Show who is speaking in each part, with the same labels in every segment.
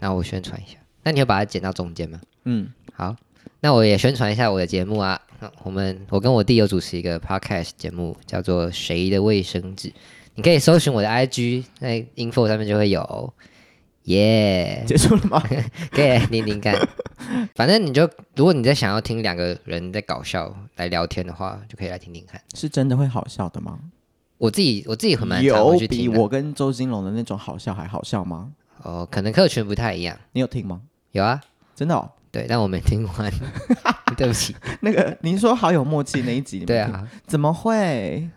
Speaker 1: 那我宣传一下。那你有把它剪到中间吗？
Speaker 2: 嗯，
Speaker 1: 好，那我也宣传一下我的节目啊。那我们我跟我弟有主持一个 podcast 节目，叫做《谁的卫生纸》，你可以搜寻我的 IG，那 info 上面就会有。耶、
Speaker 2: 结束了吗？
Speaker 1: 给零零感。反正你就，如果你在想要听两个人在搞笑来聊天的话，就可以来听听看。
Speaker 2: 是真的会好笑的吗？
Speaker 1: 我自己我自己很蛮常
Speaker 2: 有
Speaker 1: 会去
Speaker 2: 比
Speaker 1: 听的
Speaker 2: 我跟周金龙的那种好笑还好笑吗？
Speaker 1: 哦，可能客群不太一样。
Speaker 2: 你有听吗？
Speaker 1: 有啊，
Speaker 2: 真的哦，
Speaker 1: 对，但我没听完，对不起。
Speaker 2: 那个您说好有默契那一集，你没
Speaker 1: 对
Speaker 2: 听，
Speaker 1: 啊，
Speaker 2: 怎么会？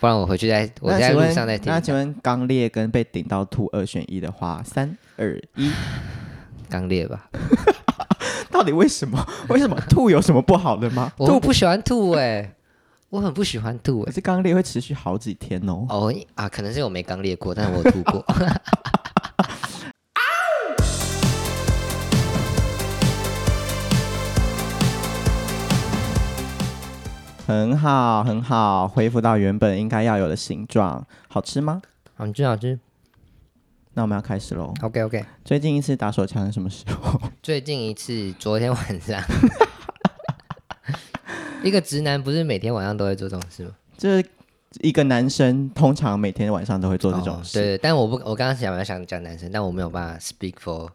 Speaker 1: 不然我回去再我
Speaker 2: 那
Speaker 1: 在
Speaker 2: 请
Speaker 1: 路
Speaker 2: 问
Speaker 1: 上再听
Speaker 2: 那。请问刚烈跟被顶到吐二选一的话，三二 一，
Speaker 1: 刚烈吧，
Speaker 2: 到底为什么？为什么吐有什么不好的吗？
Speaker 1: 我很
Speaker 2: 吐
Speaker 1: 不喜欢吐哎、我很不喜欢吐
Speaker 2: 可
Speaker 1: 哎、
Speaker 2: 是刚烈会持续好几天哦。
Speaker 1: 哦啊，可能是我没刚烈过，但我有吐 过。
Speaker 2: 很好，很好，恢复到原本应该要有的形状。好吃吗？
Speaker 1: 好吃好吃
Speaker 2: 那我们要开始喽。
Speaker 1: ，OK OK。
Speaker 2: 最近一次打手枪是什么时候？
Speaker 1: 最近一次，昨天晚 上，一个直男不是每天晚上都会做这种事吗？
Speaker 2: 就是一个男生通常每天晚上都会做这种
Speaker 1: 哦
Speaker 2: 事。
Speaker 1: 对，但我不，我刚刚想要想讲男生，但我没有办法 speak for，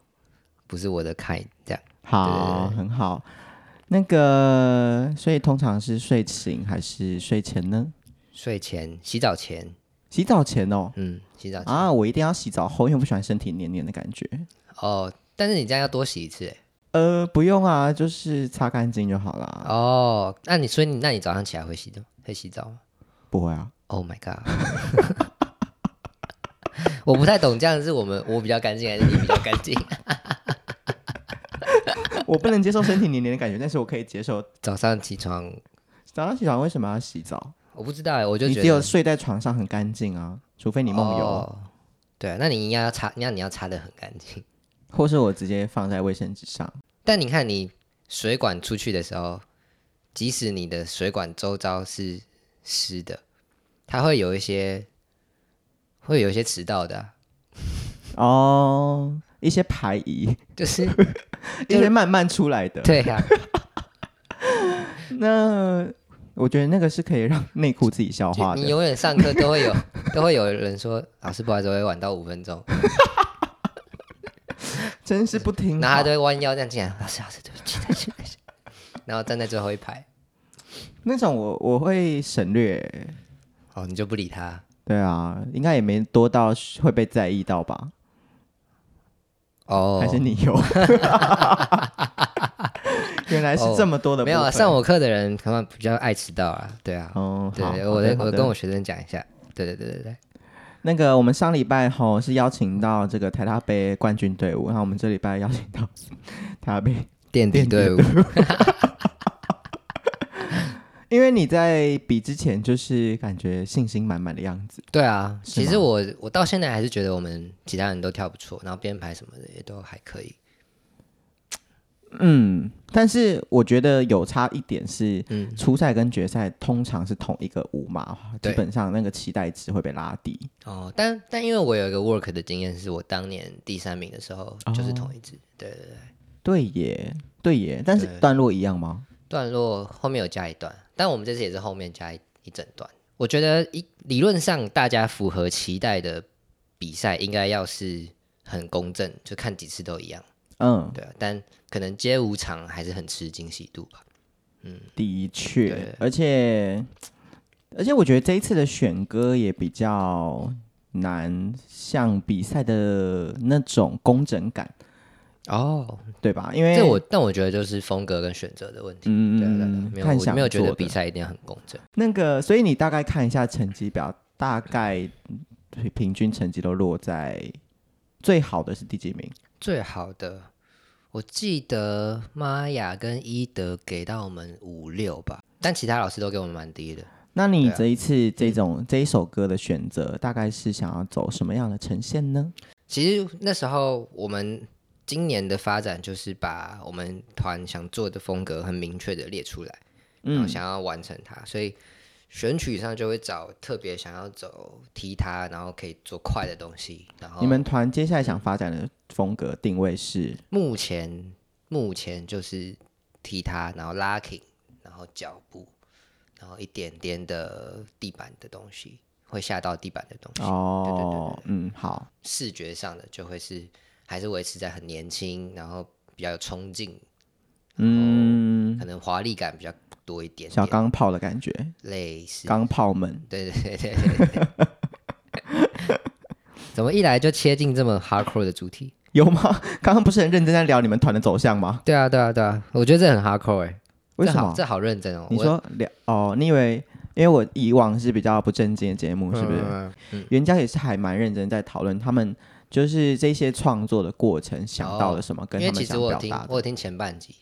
Speaker 1: 不是我的 kind 这样。
Speaker 2: 好，很好。那个，所以通常是睡醒还是睡前呢？
Speaker 1: 睡前、洗澡前，
Speaker 2: 洗澡前哦。
Speaker 1: 嗯，洗澡前。
Speaker 2: 啊，我一定要洗澡后，因为我不喜欢身体黏黏的感觉。
Speaker 1: 哦，但是你这样要多洗一次欸。
Speaker 2: 呃，不用啊，就是擦干净就好啦。
Speaker 1: 哦，那你所以你那你早上起来会洗的吗？会洗澡吗
Speaker 2: 不会啊，
Speaker 1: ？Oh my god！我不太懂，这样是我们我比较干净还是你比较干 净？
Speaker 2: 我不能接受身体黏黏的感觉，但是我可以接受
Speaker 1: 早上起床，
Speaker 2: 早上起床为什么要洗澡？
Speaker 1: 我不知道哎，我就
Speaker 2: 你
Speaker 1: 觉得
Speaker 2: 只有睡在床上很干净啊，除非你梦游，
Speaker 1: 哦对啊，那你应该要擦，那你要擦的很干净。
Speaker 2: 或是我直接放在卫生纸上。
Speaker 1: 但你看你水管出去的时候，即使你的水管周遭是湿的，它会有一些会有一些迟到的啊、
Speaker 2: 哦，一些排遗，
Speaker 1: 就是
Speaker 2: 一
Speaker 1: 就是
Speaker 2: 些慢慢出来的。
Speaker 1: 对呀、啊
Speaker 2: 那我觉得那个是可以让内裤自己消
Speaker 1: 就
Speaker 2: 化
Speaker 1: 你
Speaker 2: 的。
Speaker 1: 永远上课都 会有都会有人说老师不好意思，我会晚到五分钟，
Speaker 2: 真是不听
Speaker 1: 然后他
Speaker 2: 话。
Speaker 1: 都会弯腰这样进来，老师老师对不起对不起对不 起，然后站在最后一排，
Speaker 2: 那种我我会省略。
Speaker 1: 哦你就不理他，
Speaker 2: 对啊，应该也没多到会被在意到吧？
Speaker 1: 哦
Speaker 2: 还是你 有？原来是这么多的部
Speaker 1: 没
Speaker 2: 分、
Speaker 1: 有啊上我课的人可能比较爱迟到啊，对啊，
Speaker 2: 哦，
Speaker 1: 对
Speaker 2: 好，
Speaker 1: 对，
Speaker 2: 好
Speaker 1: 我
Speaker 2: 的
Speaker 1: 的
Speaker 2: 好
Speaker 1: 我
Speaker 2: 的
Speaker 1: 跟我学生讲一下，对对对对对，
Speaker 2: 那个我们上礼拜吼是邀请到这个台大杯冠军队伍，然后我们这礼拜邀请到 台大杯，
Speaker 1: 垫底队伍，
Speaker 2: 因为你在比之前就是感觉信心满满的样子，
Speaker 1: 对啊，
Speaker 2: 是
Speaker 1: 其
Speaker 2: 吗
Speaker 1: 实我我到现在还是觉得我们其他人都跳不错，然后编排什么的也都还可以，
Speaker 2: 嗯，但是我觉得有差一点是。
Speaker 1: 嗯，
Speaker 2: 初赛跟决赛通常是同一个舞码，基
Speaker 1: 对
Speaker 2: 本上那个期待值会被拉低。
Speaker 1: 哦，但但因为我有一个 work 的经验，是我当年第三名的时候
Speaker 2: 哦
Speaker 1: 就是同一支，对对对，
Speaker 2: 对耶，对耶，但是
Speaker 1: 对
Speaker 2: 段落一样吗？
Speaker 1: 段落后面有加一段，但我们这次也是后面加一一整段。我觉得一理论上大家符合期待的比赛应该要是很公正，就看几次都一样，
Speaker 2: 嗯，
Speaker 1: 对啊。但可能街舞场还是很吃惊喜度吧。
Speaker 2: 的
Speaker 1: 对
Speaker 2: 确，而且而且我觉得这一次的选歌也比较难，像比赛的那种工整感，
Speaker 1: 哦，
Speaker 2: 对吧？因为
Speaker 1: 这我但我觉得就是风格跟选择的问题。对啊对啊对啊，
Speaker 2: 嗯
Speaker 1: 没有
Speaker 2: 看
Speaker 1: 我
Speaker 2: 想
Speaker 1: 没有觉得
Speaker 2: 做
Speaker 1: 比
Speaker 2: 的
Speaker 1: 赛一定要很公正。
Speaker 2: 那个，所以你大概看一下成绩表，大概平平均成绩都落在最好的是第几名？
Speaker 1: 最好的，我记得玛雅跟伊德给到我们五六吧，但其他老师都给我们蛮低的。
Speaker 2: 那你
Speaker 1: 对啊
Speaker 2: 这一次这种、这一首歌的选择，大概是想要走什么样的呈现呢？
Speaker 1: 其实那时候我们今年的发展就是把我们团想做的风格很明确的列出来，然后
Speaker 2: 嗯，
Speaker 1: 想要完成它，所以选曲上就会找特别想要走踢踏，然后可以做快的东西。然后
Speaker 2: 你们团接下来想发展的风格定位是
Speaker 1: 目前目前就是踢踏，然后拉 king，然后脚步，然后一点点的地板的东西，会下到地板的东西。
Speaker 2: 哦，嗯，好，
Speaker 1: 视觉上的就会是还是维持在很年轻，然后比较有冲劲，
Speaker 2: 嗯，
Speaker 1: 可能华丽感比较多一点
Speaker 2: 小
Speaker 1: 点，
Speaker 2: 钢炮的感觉，
Speaker 1: 类似。
Speaker 2: 钢炮们，
Speaker 1: 对对对对对对。 怎么一来就切进这么 hardcore 的主题？
Speaker 2: 有吗？ 刚刚不是很认真在聊你们团的走向吗？
Speaker 1: 对啊对啊对啊，我觉得这很 hardcore 哎、
Speaker 2: 为什
Speaker 1: 这
Speaker 2: 么
Speaker 1: 好？这好认真哦。
Speaker 2: 你
Speaker 1: 我
Speaker 2: 说聊哦，你以为因为我以往是比较不正经的节目，是不是？
Speaker 1: 嗯嗯
Speaker 2: 袁家也是还蛮认真在讨论他们就是这些创作的过程想到了什么，跟
Speaker 1: 哦因为
Speaker 2: 他们
Speaker 1: 其实
Speaker 2: 想
Speaker 1: 我有
Speaker 2: 表
Speaker 1: 听
Speaker 2: 达，的。
Speaker 1: 我有听前半集，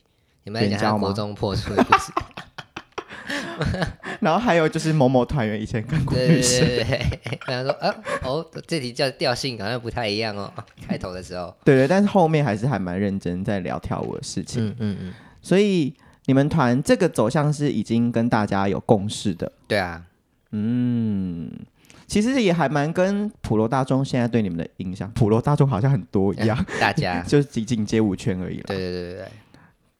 Speaker 1: 你们在
Speaker 2: 援
Speaker 1: 讲他
Speaker 2: 交吗
Speaker 1: 国中破处的故 事。
Speaker 2: 然后还有就是某某团员以前跟过
Speaker 1: 对
Speaker 2: 女
Speaker 1: 对
Speaker 2: 生，
Speaker 1: 对对 对，然后说啊哦，这题叫调性好像不太一样哦。 开头的时候，
Speaker 2: 对对，但是后面还是还蛮认真在聊跳舞的事情。
Speaker 1: 嗯嗯嗯，
Speaker 2: 所以你们团这个走向是已经跟大家有共识的，
Speaker 1: 对啊，
Speaker 2: 嗯。其实也还蛮跟普罗大众现在对你们的影响，普罗大众好像很多一 样，
Speaker 1: 大 家，
Speaker 2: 就是仅仅街舞圈而已啦。
Speaker 1: 对对对对 对，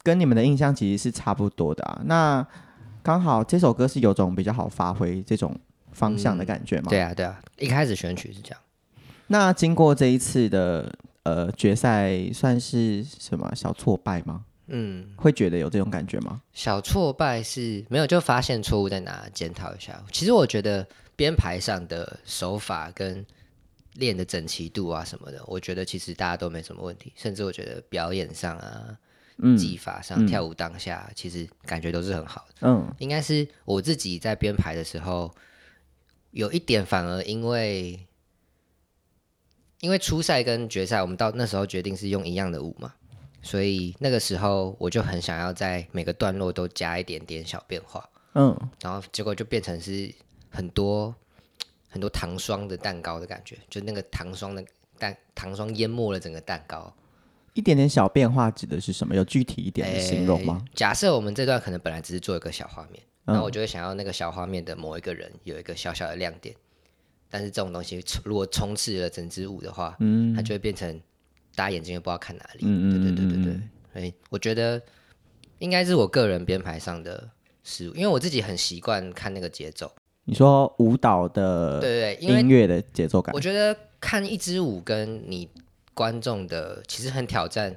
Speaker 2: 跟你们的印象其实是差不多的啊。那刚好这首歌是有种比较好发挥这种方向的感觉嘛？
Speaker 1: 对啊对啊，一开始选曲是这样，
Speaker 2: 那经过这一次的呃决赛，算是什么小挫败吗？
Speaker 1: 嗯，
Speaker 2: 会觉得有这种感觉吗？
Speaker 1: 小挫败是没有就发现错误在哪，检讨一下。其实我觉得编排上的手法跟练的整齐度啊什么的，我觉得其实大家都没什么问题，甚至我觉得表演上啊、
Speaker 2: 嗯
Speaker 1: 技法上、
Speaker 2: 嗯
Speaker 1: 跳舞当下，其实感觉都是很好的。
Speaker 2: 嗯
Speaker 1: 应该是我自己在编排的时候，有一点反而因为因为初赛跟决赛，我们到那时候决定是用一样的舞嘛，所以那个时候我就很想要在每个段落都加一点点小变化，
Speaker 2: 嗯，
Speaker 1: 然后结果就变成是很多很多糖霜的蛋糕的感觉，就那个糖霜的蛋糖霜淹没了整个蛋糕。
Speaker 2: 一点点小变化指的是什么？有具体一点的形容吗？
Speaker 1: 诶哎假设我们这段可能本来只是做一个小画面，
Speaker 2: 嗯
Speaker 1: 然后我就会想要哎那个小画面的某一个人有一个小小的亮点，但是这种东西如果充斥了整支舞的话，
Speaker 2: 嗯
Speaker 1: 它就会变成大家眼睛又不知道看哪里。
Speaker 2: 嗯
Speaker 1: 对
Speaker 2: 嗯
Speaker 1: 对对对
Speaker 2: 嗯
Speaker 1: 对
Speaker 2: 嗯，
Speaker 1: 所以我觉得应该是我个人编排上的失误，因为我自己很习惯看那个节奏。
Speaker 2: 你说舞蹈的
Speaker 1: 对对对，因为
Speaker 2: 音乐的节奏感
Speaker 1: 我，觉得看一支舞跟你观众的其实很挑战，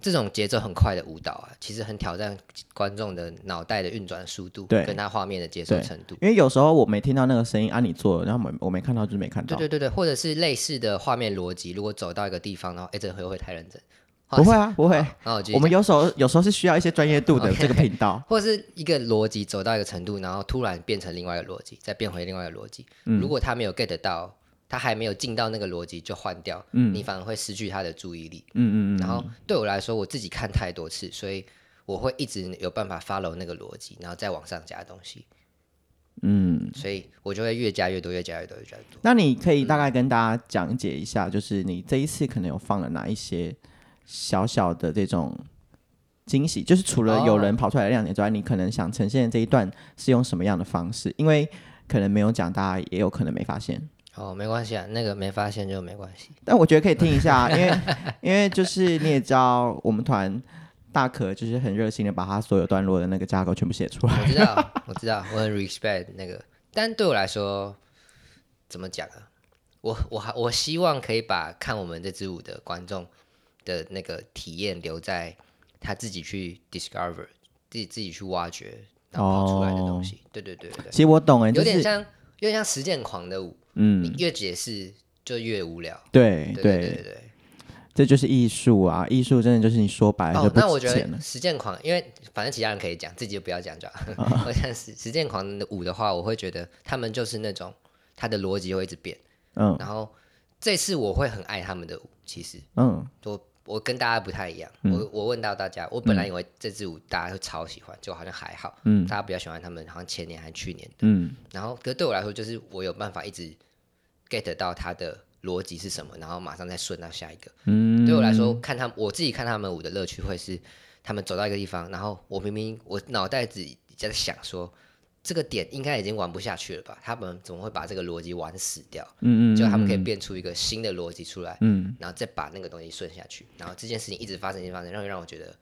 Speaker 1: 这种节奏很快的舞蹈啊，其实很挑战观众的脑袋的运转速度，
Speaker 2: 对
Speaker 1: 跟他画面的接受
Speaker 2: 对
Speaker 1: 程度。
Speaker 2: 因为有时候我没听到那个声音，啊，你做了，然后我没我没看到就是没看
Speaker 1: 对
Speaker 2: 到，
Speaker 1: 对对对，或者是类似的画面逻辑，如果走到一个地方，然后哎，这个会不会太认真？
Speaker 2: 不会啊，不
Speaker 1: 不
Speaker 2: 会，
Speaker 1: 然后我继续
Speaker 2: 我们
Speaker 1: 讲
Speaker 2: 有时候有时候是需要一些专业度的
Speaker 1: OK
Speaker 2: 这个频道，
Speaker 1: 或者是一个逻辑走到一个程度，然后突然变成另外一个逻辑，再变回另外一个逻辑。
Speaker 2: 嗯
Speaker 1: 如果他没有 get 到，他还没有进到那个逻辑就换掉，你反而会失去他的注意力。
Speaker 2: 嗯嗯嗯嗯，
Speaker 1: 然后对我来说，我自己看太多次，所以我会一直有办法 follow 那个逻辑，然后再往上加东西，
Speaker 2: 嗯，
Speaker 1: 所以我就会越加越多，越加越多，越加越多。
Speaker 2: 那你可
Speaker 1: 嗯
Speaker 2: 以大概跟大家讲解一下，就是你这一次可能有放了哪一些小小的这种惊喜，就是除了
Speaker 1: 哦
Speaker 2: 有人跑出来的亮点之外，你可能想呈现的这一段是用什么样的方式？因为可能没有讲，大家也有可能没发现。
Speaker 1: 哦，没关系啊，那个没发现就没关系。
Speaker 2: 但我觉得可以听一下，啊因 为因为就是你也知道，我们团大可就是很热心的把他所有段落的那个架构全部写出来。
Speaker 1: 我知道， 我知道，我很 respect 那个，但对我来说，怎么讲啊？我我还我希望可以把看我们这支舞的观众的那个体验留在他自己去 discover，自己自己去挖掘，然后跑出来的东西。对对对对对
Speaker 2: 其实我懂哎、
Speaker 1: 有
Speaker 2: 哦就
Speaker 1: 点
Speaker 2: 是
Speaker 1: 像有点像实践狂的舞，你
Speaker 2: 嗯，
Speaker 1: 越解释就越无聊。
Speaker 2: 对
Speaker 1: 对对
Speaker 2: 对
Speaker 1: 对，对。
Speaker 2: 这就是艺术啊！艺术真的就是你说白了
Speaker 1: 哦
Speaker 2: 就，
Speaker 1: 那
Speaker 2: 不
Speaker 1: 我
Speaker 2: 值
Speaker 1: 觉
Speaker 2: 钱了
Speaker 1: 得。实践狂，因为反正其他人可以讲，自己就不要讲就好。 我想实实践狂的舞的话，我会觉得他们就是那种他的逻辑会一直变，
Speaker 2: 嗯
Speaker 1: 然后这次我会很爱他们的舞，其实
Speaker 2: 嗯，
Speaker 1: 我我跟大家不太一样，我我问到大家，我本来以为这支舞大家会超喜欢，就好像还好，
Speaker 2: 嗯
Speaker 1: 大家比较喜欢他们，好像前年还去年，
Speaker 2: 嗯
Speaker 1: 然后可是对我来说，就是我有办法一直 get 到他的逻辑是什么，然后马上再顺到下一个。
Speaker 2: 嗯，
Speaker 1: 对我来说，看他们我自己看他们舞的乐趣会是，他们走到一个地方，然后我明明我脑袋只在想说这个点应该已经玩不下去了吧？他们怎么会把这个逻辑玩死掉？
Speaker 2: 嗯嗯，
Speaker 1: 就他们可以
Speaker 2: 嗯，
Speaker 1: 变出一个新的逻辑出来，
Speaker 2: 嗯
Speaker 1: 然后再把那个东西顺下去，然后这件事情一直发生，一直发生，让让我觉得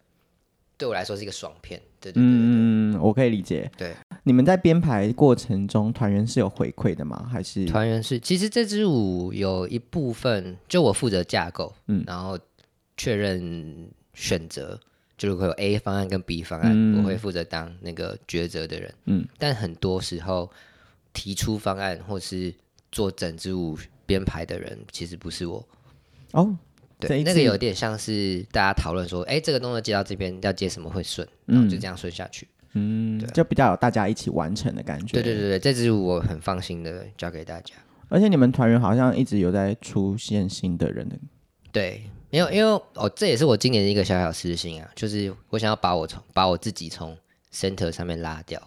Speaker 1: 对我来说是一个爽片。对对对对
Speaker 2: 嗯嗯嗯，我可以理解。
Speaker 1: 对，
Speaker 2: 你们在编排过程中，团员是有回馈的吗？还是
Speaker 1: 对，团员是其实这支舞有一部分就我负责架构，
Speaker 2: 嗯
Speaker 1: 然后确认选择，就是会有 A 方案跟 B 方案，
Speaker 2: 嗯
Speaker 1: 我会负责当那个抉择的人，
Speaker 2: 嗯，
Speaker 1: 但很多时候提出方案或是做整支舞编排的人其实不是我，
Speaker 2: 哦，这
Speaker 1: 对，
Speaker 2: 一
Speaker 1: 那个
Speaker 2: 季
Speaker 1: 有点像是大家讨论说，哎，这个动作接到这边要接什么会顺，
Speaker 2: 嗯
Speaker 1: 然后就这样顺下去。
Speaker 2: 嗯，就比较有大家一起完成的感觉。
Speaker 1: 对对对对，这支舞我很放心的交给大家。
Speaker 2: 而且你们团员好像一直有在出现新的人的，
Speaker 1: 对，因为因为哦，这也是我今年的一个小小私心啊，就是我想要把我从把我自己从 center 上面拉掉。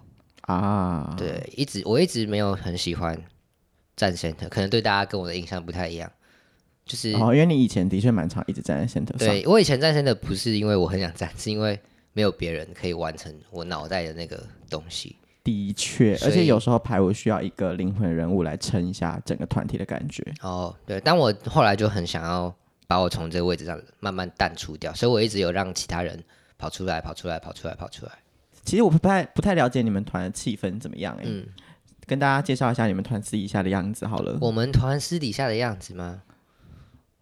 Speaker 2: 啊，，
Speaker 1: 对，一直我一直没有很喜欢站 center，可能对大家跟我的印象不太一样，就是、
Speaker 2: 哦，因为你以前的确蛮常一直站在线头上，
Speaker 1: 对我以前站 center 不是因为我很想站，是因为没有别人可以完成我脑袋的那个东西。
Speaker 2: 的确，
Speaker 1: 所
Speaker 2: 而
Speaker 1: 以
Speaker 2: 且有时候排舞需要一个灵魂人物来撑一下整个团体的感觉。
Speaker 1: 哦，对，但我后来就很想要把我从这个位置上慢慢淡出掉，所以我一直有让其他人跑出来、跑出来、跑出来、跑出来。
Speaker 2: 其实我不太不太了解你们团的气氛怎么样、欸，
Speaker 1: 嗯
Speaker 2: 跟大家介绍一下你们团私底下的样子好了。
Speaker 1: 我们团私底下的样子吗？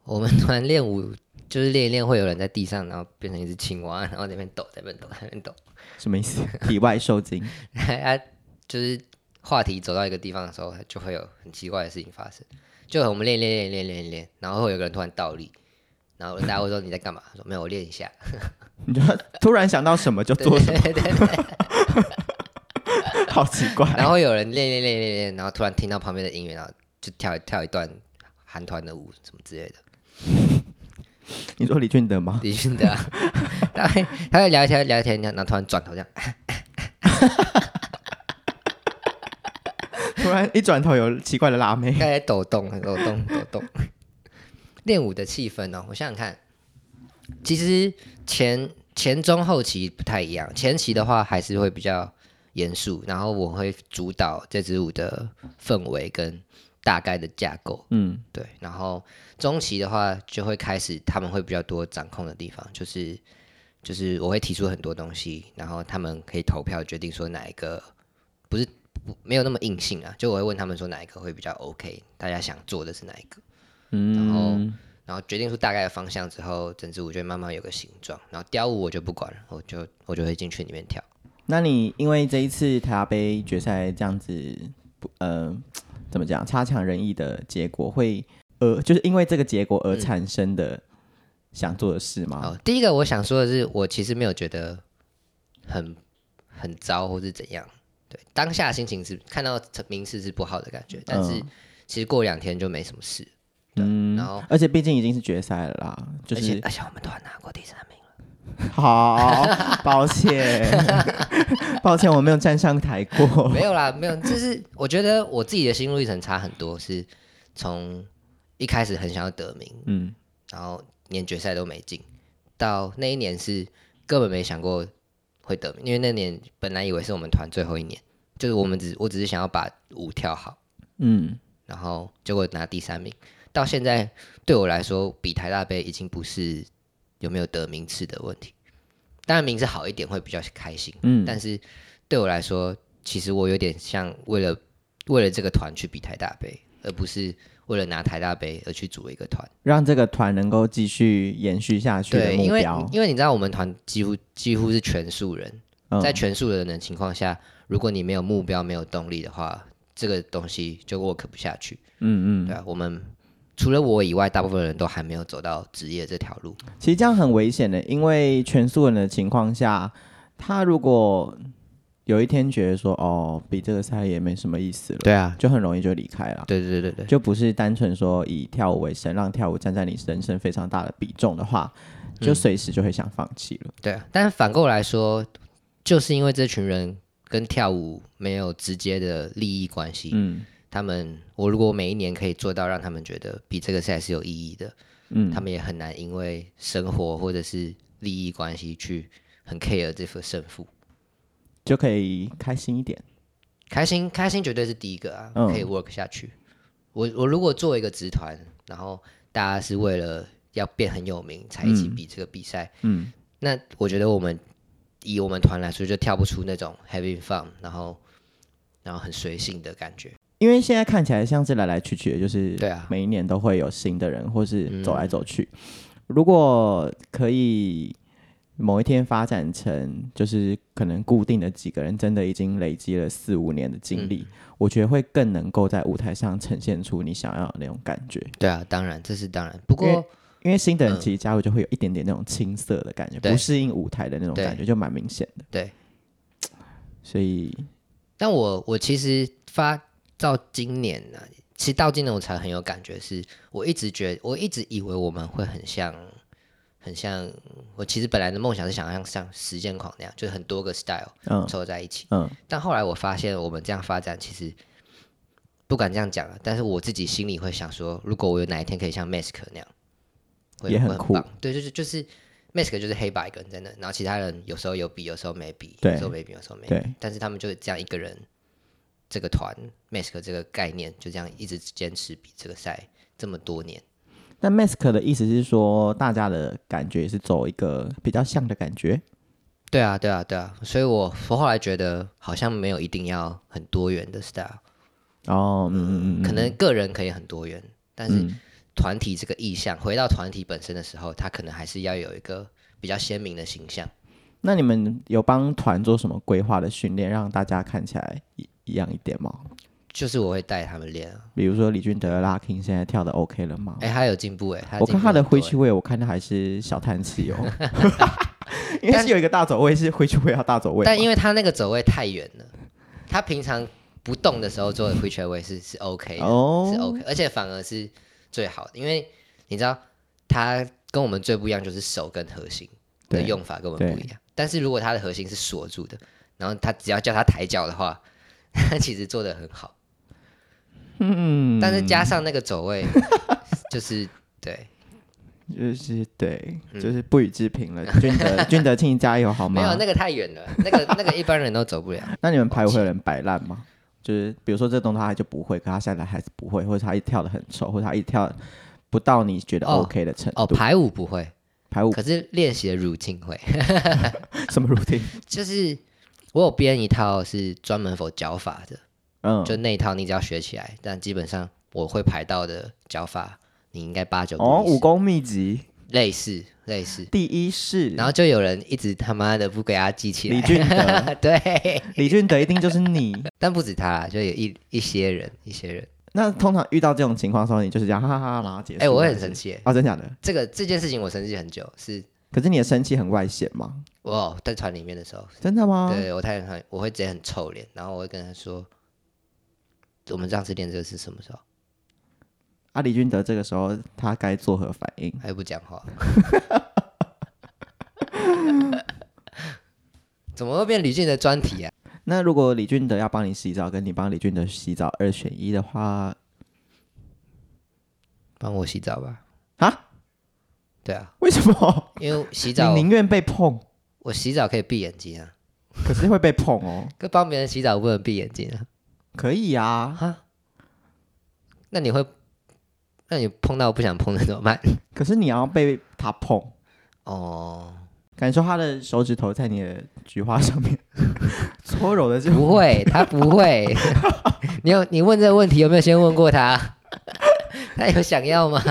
Speaker 1: 我们团练舞 就是练一练，会有人在地上，然后变成一只青蛙， 然后在那边抖，在那边抖，在那边抖。
Speaker 2: 什么意思？ 体外受精？
Speaker 1: 啊，就是话题走到一个地方的时候，就会有很奇怪的事情发生。就我们练练练练练练，然后会有个人突然倒立，然后大家会说你在干嘛？他说没有，我练一下。
Speaker 2: 你就突然想到什么就
Speaker 1: 对
Speaker 2: 做什
Speaker 1: 对对对
Speaker 2: 么，好奇怪。
Speaker 1: 然后有人练练练练练，然后突然听到旁边的音乐，然后就跳跳一段韩团的舞什么之类的。
Speaker 2: 你说李俊 德吗？
Speaker 1: 李俊德、啊，他会他会聊一天聊一天，然后突然转头这样，
Speaker 2: 突然一转头有奇怪的 辣妹，
Speaker 1: 开始抖动抖动抖动。练舞的气氛哦，我想想看，其实前前中后期不太一样，前期的话还是会比较严肃，然后我会主导这支舞的氛围跟大概的架构，
Speaker 2: 嗯，
Speaker 1: 对，然后中期的话就会开始，他们会比较多掌控的地方，就是就是我会提出很多东西，然后他们可以投票决定说哪一个不是不没有那么硬性啊，就我会问他们说哪一个会比较 OK，大家想做的是哪一个，然后
Speaker 2: 嗯，
Speaker 1: 然后决定出大概的方向之后，整支舞就会慢慢有个形状，然后雕舞我就不管了，我就我就会进去里面跳。
Speaker 2: 那你因为这一次台亚杯决赛这样子，不呃，怎么讲，差强人意的结果会，呃，就是因为这个结果而产生的想做的事吗？
Speaker 1: 好，第一个我想说的是，我其实没有觉得很很糟或是怎样。对，当下心情是看到成名次是不好的感觉，但是
Speaker 2: 嗯
Speaker 1: 其实过两天就没什么事。
Speaker 2: 嗯
Speaker 1: 然后
Speaker 2: 而且毕竟已经是决赛了啦，就
Speaker 1: 而且
Speaker 2: 是
Speaker 1: 而且我们团拿过第三 名了，
Speaker 2: 好， 抱歉， 抱歉，我没有站上台过。
Speaker 1: 没有啦，没有，就是我觉得我自己的心路历程差很多，是从一开始很想要得名，
Speaker 2: 嗯，
Speaker 1: 然后连决赛都没进，到那一年是根本没想过会得名，因为那年本来以为是我们团最后一年，就是我们只我只是想要把舞跳好。
Speaker 2: 嗯，
Speaker 1: 然后结果拿第三名。到现在对我来说，比台大杯已经不是有没有得名次的问题，当然名次好一点会比较开心，
Speaker 2: 嗯
Speaker 1: 但是对我来说，其实我有点像为了为了这个团去比台大杯，而不是为了拿台大杯而去组一个团。
Speaker 2: 让这个团能够继续延续下去的
Speaker 1: 对，因
Speaker 2: 目
Speaker 1: 为
Speaker 2: 标。
Speaker 1: 因为你知道我们团几乎几乎是全素人，
Speaker 2: 嗯
Speaker 1: 在全素人的情况下，如果你没有目标、没有动力的话，这个东西就 work 不下去。
Speaker 2: 嗯嗯，
Speaker 1: 对啊，我们除了我以外，大部分人都还没有走到职业这条路。
Speaker 2: 其实这样很危险的，因为全素人的情况下，他如果有一天觉得说哦，比这个赛也没什么意思了，
Speaker 1: 对啊，
Speaker 2: 就很容易就离开了。
Speaker 1: 对对对对对，
Speaker 2: 就不是单纯说以跳舞为生，让跳舞占在你人生非常大的比重的话，就随时就会想放弃了。
Speaker 1: 对啊。但是反过来说，就是因为这群人跟跳舞没有直接的利益关系，
Speaker 2: 嗯
Speaker 1: 他们我如果每一年可以做到让他们觉得比这个赛是有意义的，
Speaker 2: 嗯，
Speaker 1: 他们也很难因为生活或者是利益关系去很 care 这份胜负。
Speaker 2: 就可以开心一点。
Speaker 1: 开心开心绝对是第一个啊，
Speaker 2: 嗯
Speaker 1: 可以 work 下去。我我如果做一个职团，然后大家是为了要变很有名才一起比这个比赛，
Speaker 2: 嗯
Speaker 1: 那我觉得我们以我们团来说，就跳不出那种 having fun，然后然后很随性的感觉。
Speaker 2: 因为现在看起来像是来来去去的，就是
Speaker 1: 对啊
Speaker 2: 每一年都会有新的人，或是走来走去。
Speaker 1: 嗯
Speaker 2: 如果可以某一天发展成，就是可能固定的几个人，真的已经累积了四五年的经
Speaker 1: 嗯
Speaker 2: 历，我觉得会更能够在舞台上呈现出你想要的那种感觉。
Speaker 1: 对啊，当然这是当然。不
Speaker 2: 因
Speaker 1: 过
Speaker 2: 因为新的人
Speaker 1: 嗯
Speaker 2: 其实加入就会有一点点那种青涩的感觉，
Speaker 1: 对
Speaker 2: 不适应舞台的那种感觉，就蛮明显的。
Speaker 1: 对，
Speaker 2: 所以
Speaker 1: 但我我其实发到今年呢、其实到今年我才很有感觉是，我一直觉我一直以为我们会很像，很像我其实本来的梦想是想像像实践狂那样，就是很多个 style
Speaker 2: 嗯
Speaker 1: 凑在一起。
Speaker 2: 嗯
Speaker 1: 但后来我发现，我们这样发展其实不敢这样讲了，但是我自己心里会想说，如果我有哪一天可以像 Mask 那样，会
Speaker 2: 也很
Speaker 1: 会
Speaker 2: 酷
Speaker 1: 棒。对，就是就是 Mask 就是黑白一个人在那，然后其他人有时候有比，有时候没比，
Speaker 2: 对
Speaker 1: 有时候没比，有时候没比。
Speaker 2: 对，
Speaker 1: 但是他们就是这样一个人，这个团 Mask 这个概念就这样一直坚持比这个赛这么多年。
Speaker 2: 那 mask 的意思是说，大家的感觉也是走一个比较像的感觉。
Speaker 1: 对啊，对啊，对啊，所以我我后来觉得好像没有一定要很多元的 style，、
Speaker 2: 哦，嗯嗯嗯，
Speaker 1: 可能个人可以很多元，但是
Speaker 2: 嗯
Speaker 1: 团体这个意向，回到团体本身的时候，它可能还是要有一个比较鲜明的形象。
Speaker 2: 那你们有帮团做什么规划的训练，让大家看起来一一样一点吗？
Speaker 1: 就是我会带他们练啊，
Speaker 2: 比如说李俊德拉 king 现在跳的 OK 了吗？
Speaker 1: 哎、他有进步哎、他
Speaker 2: 我看他的挥
Speaker 1: 回
Speaker 2: 去
Speaker 1: 去，
Speaker 2: 位，我看他还是小叹 气哦。 因为是有一个大走位，是挥去位要大走位嘛，
Speaker 1: 但因为他那个走位太远了，他平常不动的时候做的回圈位是是 OK 的，
Speaker 2: 哦
Speaker 1: 是 OK，而且反而是最好的，因为你知道他跟我们最不一样就是手跟核心的
Speaker 2: 对
Speaker 1: 用法跟我们不
Speaker 2: 对
Speaker 1: 一样，但是如果他的核心是锁住的，然后他只要叫他抬脚的话， 他其实做的很好。
Speaker 2: 嗯，
Speaker 1: 但是加上那个走 位，就是对，
Speaker 2: 就是对，
Speaker 1: 嗯
Speaker 2: 就是不予 置评了。俊德，俊德，请你加油好吗？
Speaker 1: 没有那个太远了，那个那个一般人都走不了。
Speaker 2: 那你们排舞会有人摆烂吗？就是比如说这动作他就不会，可他现在还是不会，或者他一跳的很丑，或者他一跳不到你觉得
Speaker 1: 哦
Speaker 2: OK 的程度。
Speaker 1: 哦，排舞不会，
Speaker 2: 排舞
Speaker 1: 可是练习的乳镜会，
Speaker 2: 什么 routine？
Speaker 1: 就是我有编一套是专门否脚法的，
Speaker 2: 嗯，
Speaker 1: 就那一套你只要学起来，但基本上我会排到的脚法，你应该八九不
Speaker 2: 哦，
Speaker 1: 离十
Speaker 2: 武功秘籍
Speaker 1: 类似类似。
Speaker 2: 第一式，
Speaker 1: 然后就有人一直他妈的不给他记起
Speaker 2: 李
Speaker 1: 来，
Speaker 2: 俊德，
Speaker 1: 对，
Speaker 2: 李俊德一定就是你。
Speaker 1: 但不止他啦，就有一一些人，一些人，
Speaker 2: 那通常遇到这种情况的时候，你就是这样哈哈哈，然后结束。
Speaker 1: 哎、我会很生气耶，
Speaker 2: 啊，真假的？
Speaker 1: 这个这件事情我生气很久，是
Speaker 2: 可是你的生气很外显吗？
Speaker 1: 我在船里面的时候，
Speaker 2: 真的吗？
Speaker 1: 对我太太很，我会直接很臭脸，然后我会跟他说，我们上次练这个是什么时候？
Speaker 2: 啊，李俊德这个时候他该作何反应？
Speaker 1: 还不讲话，怎么会变李俊的专题啊？
Speaker 2: 那如果李俊德要帮你洗澡，跟你帮李俊德洗澡二选一的话，
Speaker 1: 帮我洗澡吧。
Speaker 2: 啊？
Speaker 1: 对啊，
Speaker 2: 为什么？
Speaker 1: 因为洗
Speaker 2: 你
Speaker 1: 澡
Speaker 2: 宁愿被碰，
Speaker 1: 我洗澡可以闭眼睛啊，
Speaker 2: 可是会被碰哦。
Speaker 1: 跟帮别人洗澡不能闭眼睛啊。
Speaker 2: 可以啊，
Speaker 1: 那你会，那你碰到不想碰的怎么办？
Speaker 2: 可是你要被他碰，
Speaker 1: 哦，
Speaker 2: 感受他的手指头在你的菊花上面 搓揉的这种。
Speaker 1: 不会，他不会。 你有你问这个问题有没有先问过他？ 他有想要吗？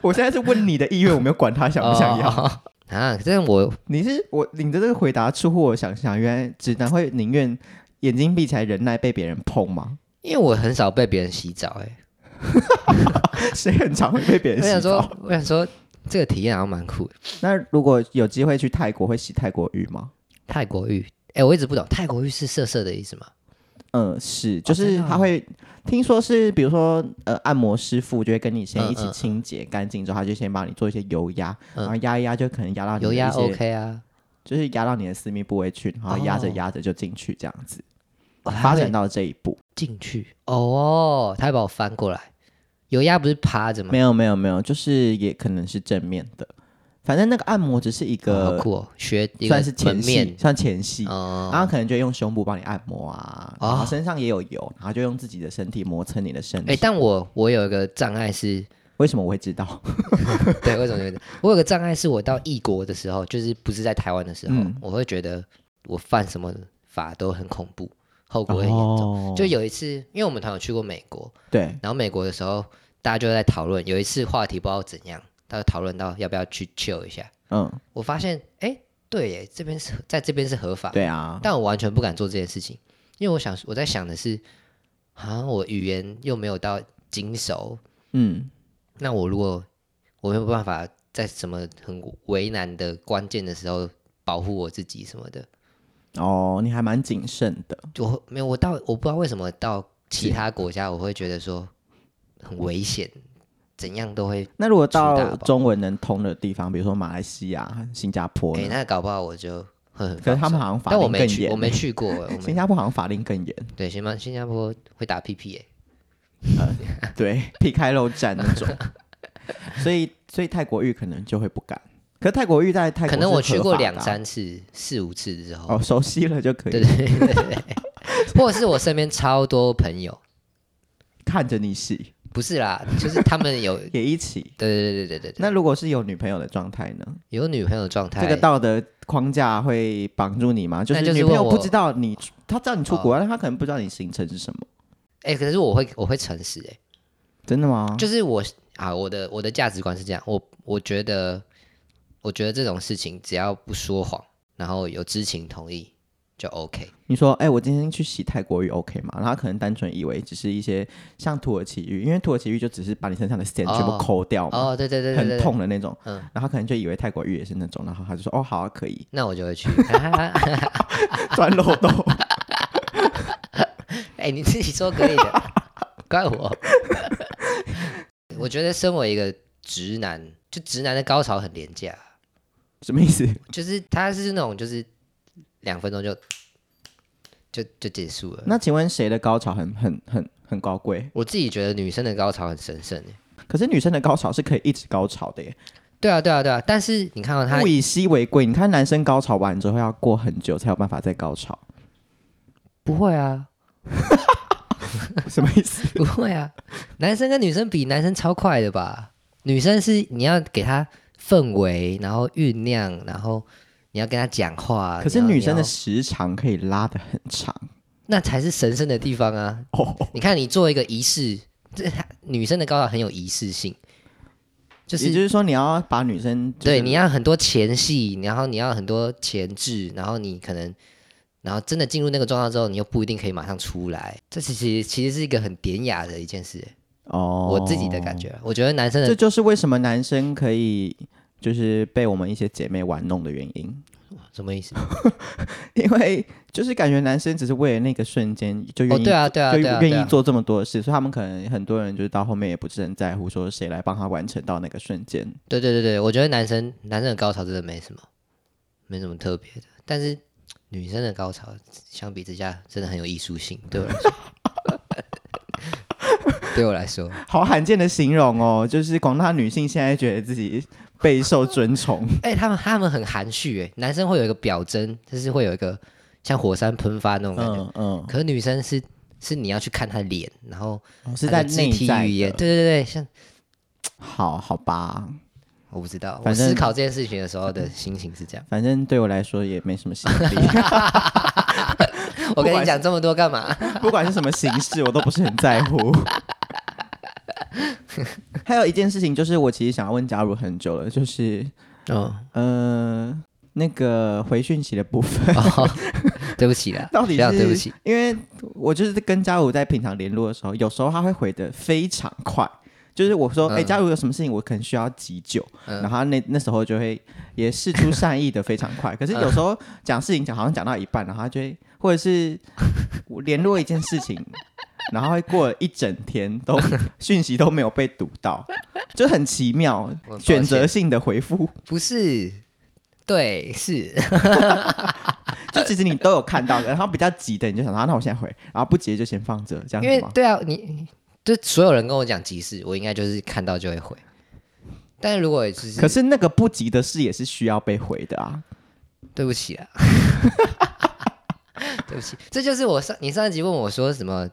Speaker 2: 我现在是问你的意愿，我没有管他想不想要。
Speaker 1: 哦啊？但我
Speaker 2: 你是我，你的这个回答出乎我想象。原来直男会宁愿眼睛闭起来，忍耐被别人碰吗？
Speaker 1: 因为我很少被别人洗澡、欸，
Speaker 2: 谁很常会被别
Speaker 1: 哎，我
Speaker 2: 人洗
Speaker 1: 想
Speaker 2: 澡？
Speaker 1: 说，我想说这个体验好像蛮酷的。
Speaker 2: 那如果有机会去泰国，会洗泰国浴吗？
Speaker 1: 泰国浴，哎、我一直不懂泰国浴是色色的意思吗？
Speaker 2: 嗯，是，就
Speaker 1: 真
Speaker 2: 是
Speaker 1: 的啊
Speaker 2: 他会、听说是，比如说呃，按摩师傅就会跟你先
Speaker 1: 嗯
Speaker 2: 一起
Speaker 1: 嗯
Speaker 2: 清洁干净之后，他就先帮你做一些油压，
Speaker 1: 嗯
Speaker 2: 然后压一压就可能压到你的
Speaker 1: 油压
Speaker 2: 一些
Speaker 1: OK 啊，
Speaker 2: 就是压到你的私密部位去，然后压着压着就进去这样子，
Speaker 1: 哦还
Speaker 2: 发
Speaker 1: 会
Speaker 2: 展到这一步。
Speaker 1: 进去哦，他还把我翻过来，油压不是趴着吗
Speaker 2: 没？有没有没有，就是也可能是正面的，反正那个按摩只是一
Speaker 1: 哦
Speaker 2: 个
Speaker 1: 好，酷哦，学一个
Speaker 2: 算是前
Speaker 1: 门
Speaker 2: 戏
Speaker 1: 面，
Speaker 2: 算前戏。啊
Speaker 1: 哦，
Speaker 2: 然后可能就用胸部帮你按摩啊，
Speaker 1: 哦
Speaker 2: 然后身上也有油，然后就用自己的身体磨蹭你的身体。
Speaker 1: 哎、但我我有一个障碍是，
Speaker 2: 为什么我会知道？
Speaker 1: 对，为什么有点？我有个障碍是我到异国的时候，就是不是在台湾的时候，
Speaker 2: 嗯
Speaker 1: 我会觉得我犯什么法都很恐怖，后果很严重。
Speaker 2: 哦
Speaker 1: 就有一次，因为我们团有去过美国，
Speaker 2: 对，
Speaker 1: 然后美国的时候，大家就在讨论，有一次话题不知道怎样，大家讨论到要不要去 chill 一下。
Speaker 2: 嗯，
Speaker 1: 我发现，哎，对耶，这边是在这边是合法，
Speaker 2: 对啊，
Speaker 1: 但我完全不敢做这件事情，因为我想我在想的是，啊，我语言又没有到精熟，
Speaker 2: 嗯，
Speaker 1: 那我如果我没有办法在什么很为难的关键的时候保护我自己什么的，
Speaker 2: 哦，你还蛮谨慎的，
Speaker 1: 就会没有我到我不知道为什么到其他国家我会觉得说很危险，怎样都会
Speaker 2: 那如果
Speaker 1: 出
Speaker 2: 到
Speaker 1: 大包
Speaker 2: 中文能通的地方，比如说马来西亚、新加坡
Speaker 1: 哎、
Speaker 2: 呢，
Speaker 1: 那搞不好我就会很
Speaker 2: 可是
Speaker 1: 放
Speaker 2: 他们
Speaker 1: 松
Speaker 2: 好像法
Speaker 1: 但我
Speaker 2: 令
Speaker 1: 没
Speaker 2: 更
Speaker 1: 去，我
Speaker 2: 严。
Speaker 1: 没去 过，我
Speaker 2: 新
Speaker 1: 们
Speaker 2: 加坡好像法令更严，
Speaker 1: 对新加新加坡会打屁屁耶、
Speaker 2: 对，皮开肉绽那种。所以，所以泰国浴可能就会不敢。可是泰国浴在泰国
Speaker 1: 可能我
Speaker 2: 是
Speaker 1: 去
Speaker 2: 合
Speaker 1: 过
Speaker 2: 法的啊
Speaker 1: 两三次、四五次之后，
Speaker 2: 哦，熟悉了就可
Speaker 1: 对
Speaker 2: 以
Speaker 1: 对对对对，或者是我身边超多朋友，
Speaker 2: 看着你洗，
Speaker 1: 不是啦，就是他们 有，对
Speaker 2: 也一起。
Speaker 1: 对对对对对，
Speaker 2: 那如果是有女朋友的状态呢？
Speaker 1: 有女朋友的状态，
Speaker 2: 这个道德框架会绑住你吗？就
Speaker 1: 那就是是
Speaker 2: 女朋友
Speaker 1: 问我哦
Speaker 2: 不知道你，她知道你出国，但她可能不知道你行程是什么。
Speaker 1: 哎、可是我会我会诚实哎、
Speaker 2: 真的吗？
Speaker 1: 就是我啊，我的我的价值观是这样，我我觉得我觉得这种事情只要不说谎，然后有知情同意就 OK，
Speaker 2: 你说，哎、我今天去洗泰国浴，OK 吗？然后他可能单纯以为只是一些像土耳其浴，因为土耳其浴就只是把你身上的线
Speaker 1: 哦
Speaker 2: 全部抠掉嘛，
Speaker 1: 哦，对对对对
Speaker 2: 很
Speaker 1: 对对，
Speaker 2: 痛的那种。
Speaker 1: 嗯
Speaker 2: 然后他可能就以为泰国浴也是那种，然后他就说，哦，好、啊，可以
Speaker 1: 那我就会去，
Speaker 2: 钻漏洞。
Speaker 1: 哎、你自己说可以的，怪我。 我觉得身为一个直男，就直男的高潮很廉价，
Speaker 2: 什么意思？
Speaker 1: 就是他是那种就是两分钟就就就结束了。
Speaker 2: 那请问谁的高潮很很很很高贵？
Speaker 1: 我自己觉得女生的高潮很神圣耶。
Speaker 2: 可是女生的高潮是可以一直高潮的耶，
Speaker 1: 对啊，对啊，对啊。但是你看到他
Speaker 2: 物，以稀为贵。你看男生高潮完之后要过很久才有办法再高潮，
Speaker 1: 不会啊，
Speaker 2: 什么意思？
Speaker 1: 不会啊。男生跟女生比，男生超快的吧？女生是你要给他氛围，然后酝酿，然后你要跟他讲话。
Speaker 2: 可是
Speaker 1: 你要
Speaker 2: 女生
Speaker 1: 你
Speaker 2: 的
Speaker 1: 要
Speaker 2: 时长可以拉得很长
Speaker 1: 那才是神圣的地方啊！
Speaker 2: 哦，
Speaker 1: 你看，你做一个仪式，这女生的高潮很有仪式性，就
Speaker 2: 也
Speaker 1: 是
Speaker 2: 就是说你要把女生、就是、
Speaker 1: 对，你要很多前戏，然后你要很多前置，然后你可能，然后真的进入那个状态之后，你又不一定可以马上出来。这其实其实是一个很典雅的一件事，
Speaker 2: 哦，
Speaker 1: 我自己的感觉啊。我觉得男生
Speaker 2: 这
Speaker 1: 的
Speaker 2: 就是为什么男生可以就是被我们一些姐妹玩弄的原因，
Speaker 1: 什么意思？
Speaker 2: 因为就是感觉男生只是为了那个瞬间就
Speaker 1: 哦，
Speaker 2: 愿意、
Speaker 1: 对啊，对啊，
Speaker 2: 就
Speaker 1: 对啊，对
Speaker 2: 愿意
Speaker 1: 啊，
Speaker 2: 做这么多事，所以他们可能很多人就是到后面也不是很在乎说谁来帮他完成到那个瞬间。
Speaker 1: 对对对对，我觉得男生男生的高潮真的没什么，没什么特别的，但是女生的高潮相比之下真的很有艺术性，对我来说， 对我来说，
Speaker 2: 好罕见的形容哦，就是广大女性现在觉得自己备受尊崇，
Speaker 1: 哎、他们他们很含蓄哎，男生会有一个表征，就是会有一个像火山喷发那种感觉，
Speaker 2: 嗯嗯，
Speaker 1: 可是女生是是你要去看她脸，然后
Speaker 2: 哦是
Speaker 1: 她
Speaker 2: 在
Speaker 1: 的肢
Speaker 2: 内
Speaker 1: 体
Speaker 2: 在
Speaker 1: 语言，
Speaker 2: 的
Speaker 1: 对对对，像
Speaker 2: 好好吧，
Speaker 1: 我不知道，我
Speaker 2: 反正
Speaker 1: 思考这件事情的时候的心情是这样。
Speaker 2: 反正对我来说也没什么吸引力。
Speaker 1: 我跟
Speaker 2: 管
Speaker 1: 你讲这么多干嘛？
Speaker 2: 不管是什么形式，我都不是很在乎。 还有一件事情，就是我其实想要问假如很久了，就是哦
Speaker 1: 嗯，
Speaker 2: 呃，那个回讯息的部 分，
Speaker 1: 哦，对不起啦，
Speaker 2: 到底
Speaker 1: 学长
Speaker 2: 是
Speaker 1: 对不起，
Speaker 2: 因为我就是跟佳如在平常联络的时候，有时候他会回的非常快，就是我说，哎、
Speaker 1: 嗯
Speaker 2: 佳如有什么事情，我可能需要急救，
Speaker 1: 嗯
Speaker 2: 然后他那那时候就会也试出善意的非常 快，可是有时候讲事情讲好像讲到一半，然后他就会或者是我联络一件事情。然后会过了一整天都 讯息都没有被读到，就很奇妙
Speaker 1: 我，很抱
Speaker 2: 选择
Speaker 1: 歉
Speaker 2: 性的回复，
Speaker 1: 不是，对，是，
Speaker 2: 就其实你都有看到的，然后比较急的你就想说，啊那我现在回，然后不急的就先放着，这样
Speaker 1: 因为
Speaker 2: 子吗？
Speaker 1: 对啊，你就所有人跟我讲急事，我应该就是看到就会回。但是如果只是
Speaker 2: 可是那个不急的事也是需要被回的啊。
Speaker 1: 对不起啊， 对不起，这就是我上你上一集问我说什么，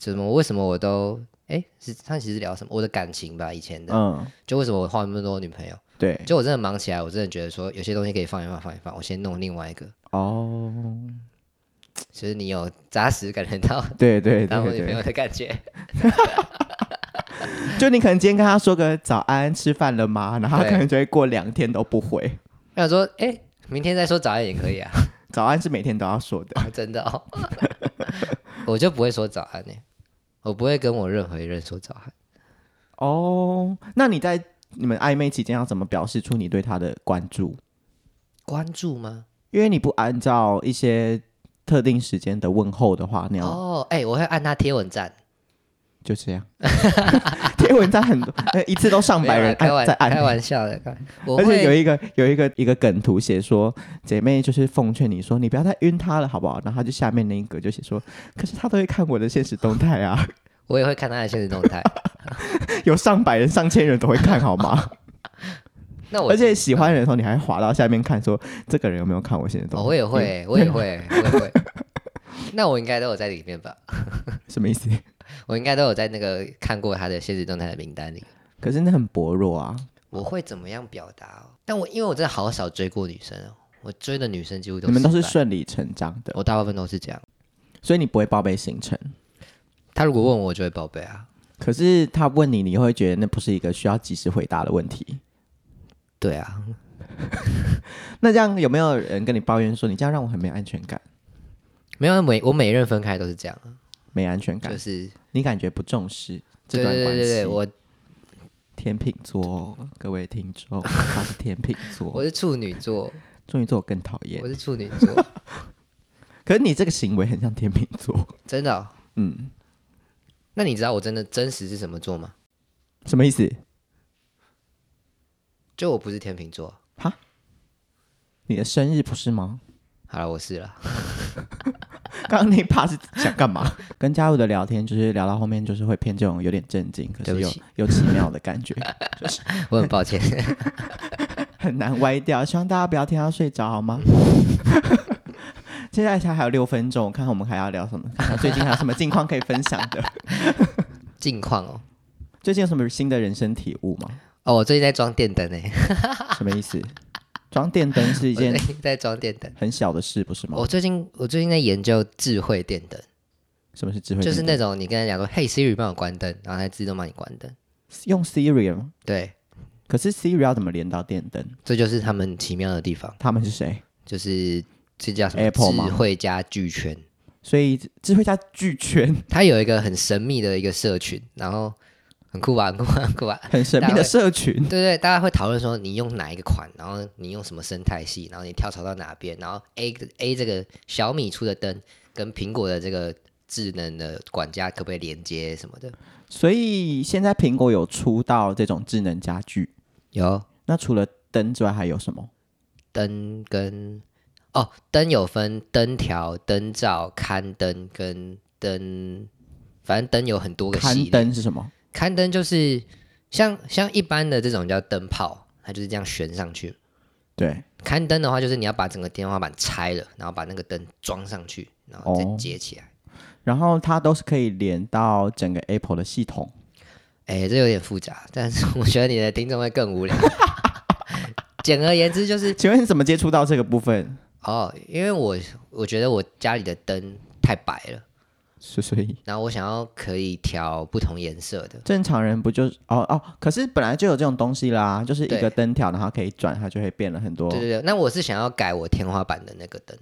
Speaker 1: 什么为什么我都哎是上一集是聊什么我的感情吧以前的，
Speaker 2: 嗯，
Speaker 1: 就为什么我换那么多女朋友，
Speaker 2: 对，
Speaker 1: 就我真的忙起来，我真的觉得说有些东西可以放一放放一放，我先弄另外一个。
Speaker 2: 哦，
Speaker 1: 其实你有扎实感觉到
Speaker 2: 对对
Speaker 1: 当我
Speaker 2: 对
Speaker 1: 女朋友
Speaker 2: 对，
Speaker 1: 的感觉，
Speaker 2: 就你可能今天跟他说个早安，吃饭了吗？然后他
Speaker 1: 对
Speaker 2: 可能就会过两天都不回。
Speaker 1: 我想说哎。明天再说早安也可以啊，
Speaker 2: 早安是每天都要说的，
Speaker 1: 真的 哦。我就不会说早安呢、我不会跟我任何一人说早安。
Speaker 2: 哦，那你在你们暧昧期间要怎么表示出你对他的关注？
Speaker 1: 关注吗？
Speaker 2: 因为你不按照一些特定时间的问候的话，你要
Speaker 1: 哦，哎、我会按他贴文赞，
Speaker 2: 就这样。贴文在很多，呃一次都上百人
Speaker 1: 没有啦
Speaker 2: 按在
Speaker 1: 开玩开
Speaker 2: 按。
Speaker 1: 玩笑的，开玩我
Speaker 2: 而且有
Speaker 1: 会
Speaker 2: 一个有一个一个梗图写说，姐妹就是奉劝你说，你不要再晕他了，好不好？然后他就下面那一格就写说，可是他都会看我的现实动态啊，
Speaker 1: 我也会看他的现实动态。
Speaker 2: 有上百人、上千人都会看，好吗？
Speaker 1: 那 我
Speaker 2: 而且喜欢人的时候，你还滑到下面看说，这个人有没有看我现实动
Speaker 1: 哦，
Speaker 2: 态？
Speaker 1: 我也会、
Speaker 2: 嗯
Speaker 1: 我也会，我也会。 那我应该都有在里面吧？
Speaker 2: 什么意思？
Speaker 1: 我应该都有在那个看过他的现实动态的名单里。
Speaker 2: 可是那很薄弱啊。
Speaker 1: 我会怎么样表达、哦？但我因为我真的好少追过女生哦，我追的女生几乎都
Speaker 2: 你们都是
Speaker 1: 失败，
Speaker 2: 顺理成章的，
Speaker 1: 我大部分都是这样。
Speaker 2: 所以你不会报备行程。
Speaker 1: 他如果问我，我就会报备啊。
Speaker 2: 可是他问你，你会觉得那不是一个需要及时回答的问题。
Speaker 1: 对啊，
Speaker 2: 那这样有没有人跟你抱怨说你这样让我很没安全感？
Speaker 1: 没有每我每一任分开都是这样啊，
Speaker 2: 没安全
Speaker 1: 就
Speaker 2: 感，
Speaker 1: 是
Speaker 2: 你感觉不重视这
Speaker 1: 对
Speaker 2: 段
Speaker 1: 对对
Speaker 2: 关系？
Speaker 1: 对对，我
Speaker 2: 天秤座，各位 听众，他是天秤
Speaker 1: 我
Speaker 2: 座，
Speaker 1: 是处女座，
Speaker 2: 终于座我更讨厌
Speaker 1: 我。是处女座，
Speaker 2: 可是你这个行为很像天秤座，
Speaker 1: 真的哦、
Speaker 2: 嗯，
Speaker 1: 那你知道我真的真实是什么座吗？
Speaker 2: 什么意思？
Speaker 1: 就我不是天秤座，
Speaker 2: 你的生日不是 吗？
Speaker 1: 好了，我是了。
Speaker 2: 刚刚那一趴是想干嘛？跟家务的聊天，就是聊到后面，就是会偏这种有点震惊，可
Speaker 1: 对
Speaker 2: 是
Speaker 1: 不
Speaker 2: 又
Speaker 1: 起
Speaker 2: 又奇妙的感觉，
Speaker 1: 我很抱歉，
Speaker 2: 很难歪掉。希望大家不要听到睡着，好吗？ 接下来才还有六分钟，我看看我们还要聊什么？看看最近还有什么近况可以分享的？
Speaker 1: 近况哦。
Speaker 2: 最近有什么新的人生体悟吗？
Speaker 1: 哦，我最近在装电灯呢，欸
Speaker 2: 什么意思？装电灯是
Speaker 1: 我
Speaker 2: 一
Speaker 1: 最
Speaker 2: 件
Speaker 1: 近在装电灯。
Speaker 2: 很小的事，不是吗
Speaker 1: 我？最近我最近在研究智慧电灯，
Speaker 2: 什么是智慧电
Speaker 1: 就
Speaker 2: 灯？
Speaker 1: 是那种你跟他讲说嘿 Siri 帮我关灯，然后它自动帮你关灯。
Speaker 2: 用 Siri 吗？
Speaker 1: 对，
Speaker 2: 可是 Siri 要怎么连到电灯？
Speaker 1: 这就是他们奇妙的地方，
Speaker 2: 他们是谁？
Speaker 1: 就是这叫什么
Speaker 2: Apple 吗
Speaker 1: 智慧家聚圈。
Speaker 2: 所以智慧家巨圈
Speaker 1: 它有一个很神秘的一个社群，然后很酷吧，很酷吧，很酷吧。
Speaker 2: 很神秘
Speaker 1: 大家
Speaker 2: 的
Speaker 1: 会
Speaker 2: 社群。
Speaker 1: 对对，大家会讨论说你用哪一个款，然后你用什么生态系，然后你跳槽到哪边，然后 A A 这个小米出的灯跟苹果的这个智能的管家可不可以连接什么的？
Speaker 2: 所以现在苹果有出到这种智能家具，
Speaker 1: 有
Speaker 2: 那除了灯之外还有什么？
Speaker 1: 灯跟哦，灯有分灯条、灯罩、刊灯跟灯，反正灯有很多个系
Speaker 2: 刊
Speaker 1: 列。
Speaker 2: 灯是什么？
Speaker 1: 刊灯就是像像一般的这种叫灯泡，它就是这样悬上去，
Speaker 2: 对，
Speaker 1: 刊灯的话，就是你要把整个天花板拆了，然后把那个灯装上去，然后再接起来。
Speaker 2: 然后它都是可以连到整个 Apple 的系统。
Speaker 1: 哎、这有点复杂，但是我觉得你的听众会更无聊。 简而言之，就是
Speaker 2: 请问你怎么接触到这个部分？
Speaker 1: 哦，因为我我觉得我家里的灯太白了，
Speaker 2: 所所以
Speaker 1: 然后我想要可以调不同颜色的。
Speaker 2: 正常人不就是哦哦？可是本来就有这种东西啦，就是一
Speaker 1: 对
Speaker 2: 个灯条，然后可以转，它就会变了很多
Speaker 1: 对。对对，那我是想要改我天花板的那个灯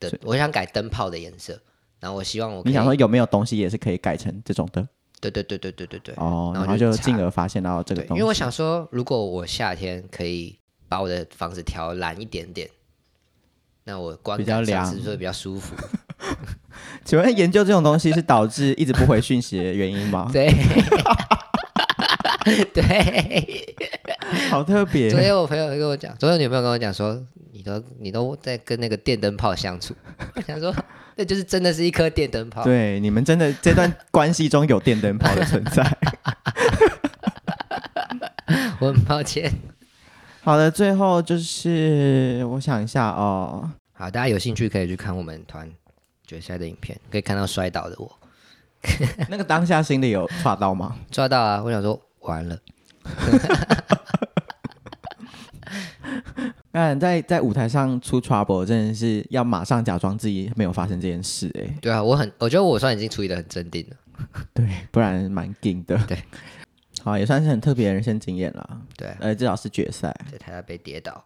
Speaker 1: 的
Speaker 2: 是，
Speaker 1: 我想改灯泡的颜色，然后我希望我可
Speaker 2: 你想说
Speaker 1: 以，
Speaker 2: 有没有东西也是可以改成这种的
Speaker 1: 对对对对对对对，
Speaker 2: 哦，
Speaker 1: 然后
Speaker 2: 然后
Speaker 1: 就
Speaker 2: 就
Speaker 1: 查
Speaker 2: 进而发现到这个
Speaker 1: 对，
Speaker 2: 东
Speaker 1: 因
Speaker 2: 西。
Speaker 1: 为我想说，如果我夏天可以把我的房子调蓝一点点，那我观
Speaker 2: 比较
Speaker 1: 感上
Speaker 2: 凉
Speaker 1: 是不是会比较舒服？
Speaker 2: 请问研究这种东西是导致一直不回讯息的原因吗？
Speaker 1: 对， 对。
Speaker 2: 好特别。
Speaker 1: 昨天我朋友跟我讲，昨天我女朋友跟我讲说，你都你都在跟那个电灯泡相处，我想说那就是真的是一颗电灯泡。
Speaker 2: 对，你们真的这段关系中有电灯泡的存在，
Speaker 1: 我很抱歉。
Speaker 2: 好的，最后就是我想一下哦，
Speaker 1: 好，大家有兴趣可以去看我们团决赛的影片，可以看到摔倒的我
Speaker 2: 那个当下心里有抓到吗？
Speaker 1: 抓到啊！我想说完了，
Speaker 2: 但在在舞台上出 trouble 真的是要马上假装自己没有发生这件事、欸，
Speaker 1: 对啊，我很我觉得我算已经处理的很镇定了，
Speaker 2: 对，不然蛮劲的。
Speaker 1: 对，
Speaker 2: 好，也算是很特别的人生经验啦。
Speaker 1: 对、啊，
Speaker 2: 呃，至少是决赛，
Speaker 1: 在台下被跌倒，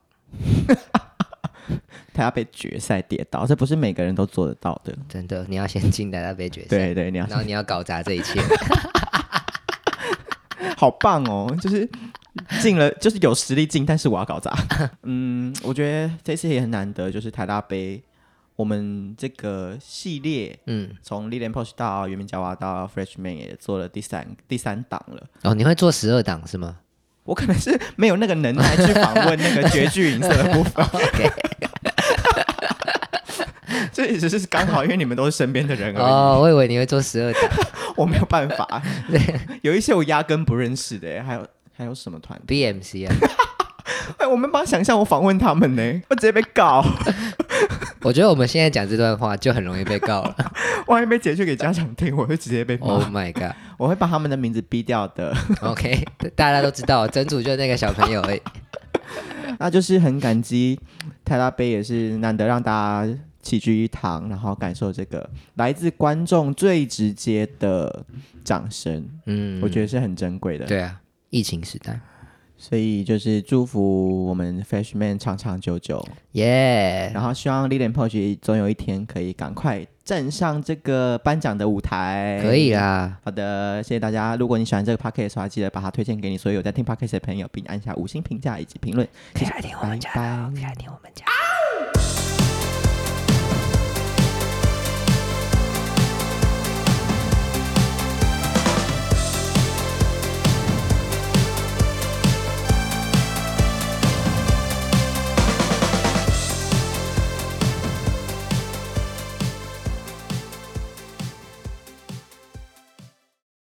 Speaker 2: 他要被决赛跌倒，这不是每个人都做得到的。
Speaker 1: 真的，你要先进台下被决赛，
Speaker 2: 对对，你要
Speaker 1: 然后你要搞砸这一切，
Speaker 2: 好棒哦，就是进了，就是有实力进，但是我要搞砸。 嗯，我觉得这次也很难得，就是台大杯，我们这个系列
Speaker 1: 嗯，
Speaker 2: 从 l i l i a n Posh 到原名角蛙到 Freshman 也做了第三第三档了。
Speaker 1: 哦，你会做十二档是吗？
Speaker 2: 我可能是没有那个能耐去访问那个绝句银色的部分
Speaker 1: OK，
Speaker 2: 这也只是刚好，因为你们都是身边的人而已，
Speaker 1: 哦，我以为你会做十二档
Speaker 2: 我没有办法。有一些我压根不认识的，欸还有还有什么团队？
Speaker 1: BMC 啊，
Speaker 2: 哎，我没办法想象我访问他们呢，我直接被告，
Speaker 1: 我觉得我们现在讲这段话就很容易被告了。
Speaker 2: 万一被截去给家长听，我会直接被骂。
Speaker 1: Oh my god！
Speaker 2: 我会把他们的名字逼掉的。
Speaker 1: OK，大 家都知道，真主就是那个小朋友而已。
Speaker 2: 那就是很感激泰拉杯，也是难得让大家齐聚一堂，然后感受这个来自观众最直接的掌声，
Speaker 1: 嗯，
Speaker 2: 我觉得是很珍贵的。
Speaker 1: 对啊，疫情时代，
Speaker 2: 所以就是祝福我们 Freshman 长长久久，
Speaker 1: 耶、
Speaker 2: 然后希望 Lilian Poch 总有一天可以赶快站上这个颁奖的舞台。
Speaker 1: 可以。啊啦，
Speaker 2: 好的，谢谢大家。如果你喜欢这个 podcast 的话，记得把它推荐给你所有在听 podcast 的朋友，并按下五星评价以及评论。
Speaker 1: 可以来听我们家的哦，
Speaker 2: 拜拜
Speaker 1: 可以来听我们家的。